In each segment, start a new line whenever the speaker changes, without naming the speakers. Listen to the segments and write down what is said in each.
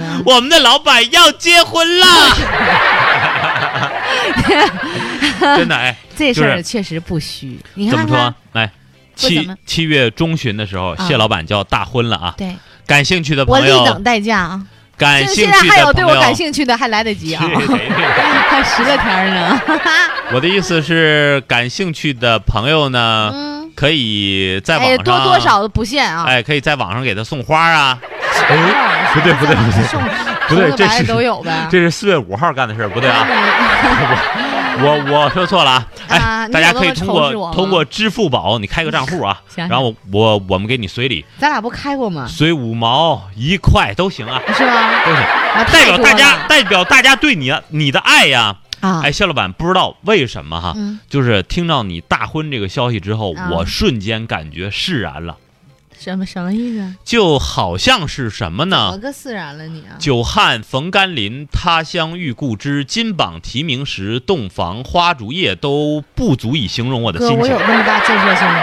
嗯
我们的老板要结婚 啦！真的哎，
这事
就是
儿确实不虚。你
怎
看
么
看
说，？来，
怎
七
么
七月中旬的时候，
啊
谢老板就要大婚了啊！
对
感兴趣的
我
朋
立
友
等，待嫁啊！
感
就是
兴
现在
趣
还有
的
对
朋
我
友，
感兴趣的还来得及啊， 还十来天儿呢。
我的意思是，感兴趣的朋友呢，
嗯，
可以啊在网
哎，
上啊
多多少不限啊。
哎，可以在网上给他送花啊。
哎，不对不对不对，
送
不对
红的
这
白的
是
都有呗。
这是四月五号干的事儿，不对啊，
啊，
我我说错了啊。哎
啊，
大家可以
你想
通
那么仇视我
过
吗
通过支付宝，你开个账户啊，
行
然后我我我们给你随礼，
咱俩不开过吗？
随五毛一块都行啊，
是吧？
都行。代
啊，太
表
多
大家，
了
代表大家对你你的爱呀！
啊，
哎，谢老板，不知道为什么哈，
嗯，
就是听到你大婚这个消息之后，
啊
我瞬间感觉释然了，
什么什么意思啊？
就好像是什么
怎么
呢？
个自然了你啊？
久旱逢甘霖，他乡遇故知。金榜题名时，洞房花烛夜都不足以形容我的
哥，
心
我
情
有。那么大建设性吗？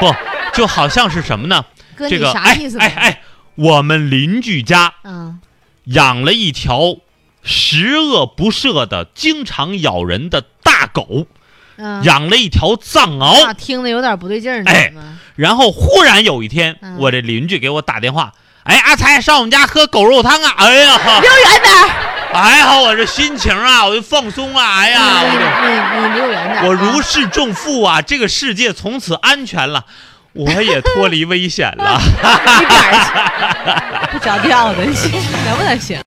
不，就好像是什么呢？
哥，
这
你
个
啥
哎
意思呢？
哎哎，我们邻居家
嗯，
养了一条十恶不赦的、经常咬人的大狗，
嗯，
养了一条藏
咱
獒。
俩听的有点不对劲儿，你
哎
知道吗？
然后忽然有一天，
嗯
我这邻居给我打电话，哎，阿才上我们家喝狗肉汤啊！哎呀，
离我远点儿！
哎呀，我这心情啊，我就放松了。哎呀，我这
嗯你你你离我远点儿啊！
我如释重负啊，这个世界从此安全了。我也脱离危险了。啊
一点儿去，不着调的，你能不能行？